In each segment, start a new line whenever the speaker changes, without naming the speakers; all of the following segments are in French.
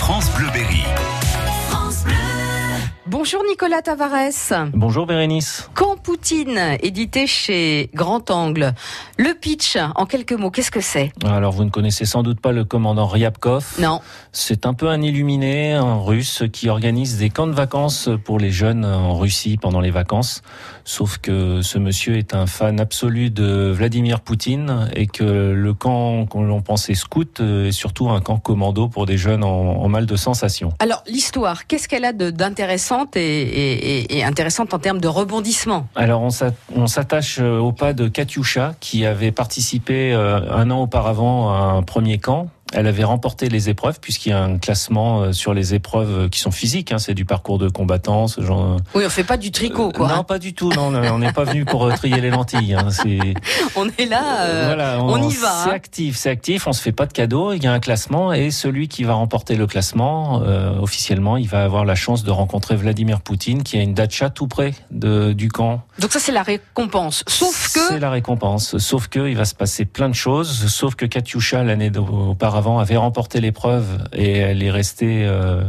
France Bleu Berry.
Bonjour Nicolas Tavares.
Bonjour Bérénice.
Quand Poutine, édité chez Grand Angle. Le pitch, en quelques mots, qu'est-ce que c'est
Alors vous ne connaissez sans doute pas le commandant Ryabkov.
Non.
C'est un peu un illuminé, un russe qui organise des camps de vacances pour les jeunes en Russie pendant les vacances. Sauf que ce monsieur est un fan absolu de Vladimir Poutine et que le camp qu'on l'on pensait scout euh, est surtout un camp commando pour des jeunes en, en mal de sensation.
Alors l'histoire, qu'est-ce qu'elle a de- d'intéressante et, et- et intéressante en termes de rebondissement
Alors on s'a- on s'attache euh, au pas de Katyusha qui avait participé euh, un an auparavant à un premier camp. Elle avait remporté les épreuves puisqu'il y a un classement euh, sur les épreuves euh, qui sont physiques, hein, c'est du parcours de combattant, ce genre. euh,
Oui, on fait pas du tricot, quoi. hein.
non, pas du tout. Non, non, on n'est pas venu pour euh, trier les lentilles. hein, c'est-
On est là. euh,
voilà,
on y va,
C'est
hein.
actif, c'est actif. On se fait pas de cadeaux. Il y a un classement et celui qui va remporter le classement euh, officiellement, il va avoir la chance de rencontrer Vladimir Poutine qui a une datcha tout près de, du camp.
Donc ça, c'est la récompense. Sauf que...
C'est la récompense. Sauf que il va se passer plein de choses. Sauf que Katyusha, l'année d'au- auparavant, avait remporté l'épreuve et elle est restée euh,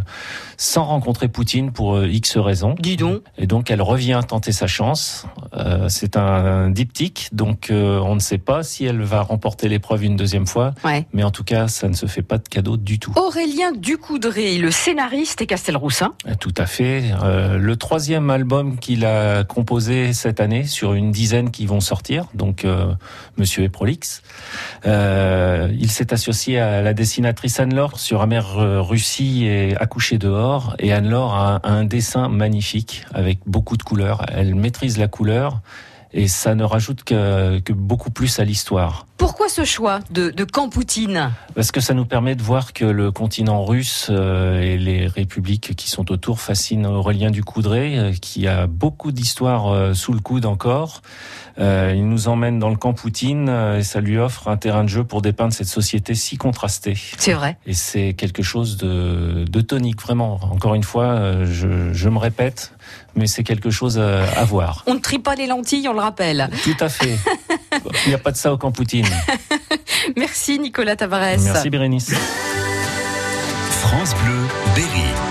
sans rencontrer Poutine pour euh, X raisons.
Dis donc.
Et donc elle revient tenter sa chance. Euh, c'est un diptyque, donc euh, on ne sait pas si elle va remporter l'épreuve une deuxième fois.
Ouais.
Mais en tout cas, ça ne se fait pas de cadeau du tout.
Aurélien Ducoudray, le scénariste hein. et Castelroussin.
Tout à fait. Euh, le troisième album qu'il a composé cette année, sur une dizaine qui vont sortir, donc euh, Monsieur est prolixe. Euh, il s'est associé à la dessinatrice Anne-Laure sur Amère euh, Russie et Accouché dehors. Et Anne-Laure a un dessin magnifique avec beaucoup de couleurs. Elle maîtrise la couleur et ça ne rajoute que, que beaucoup plus à l'histoire.
Pourquoi ce choix de, de Camp Poutine
Parce que ça nous permet de voir que le continent russe euh, et les républiques qui sont autour fascinent Aurélien Ducoudray, euh, qui a beaucoup d'histoires euh, sous le coude encore. Euh, il nous emmène dans le camp Poutine euh, et ça lui offre un terrain de jeu pour dépeindre cette société si contrastée.
C'est vrai.
Et c'est quelque chose de, de tonique, vraiment. Encore une fois, euh, je, je me répète, mais c'est quelque chose à, à voir.
On ne trie pas les lentilles, on le rappelle.
Tout à fait. Il n'y a pas de ça au camp Poutine.
Merci Nicolas Tavares.
Merci Bérénice.
France Bleu Berry.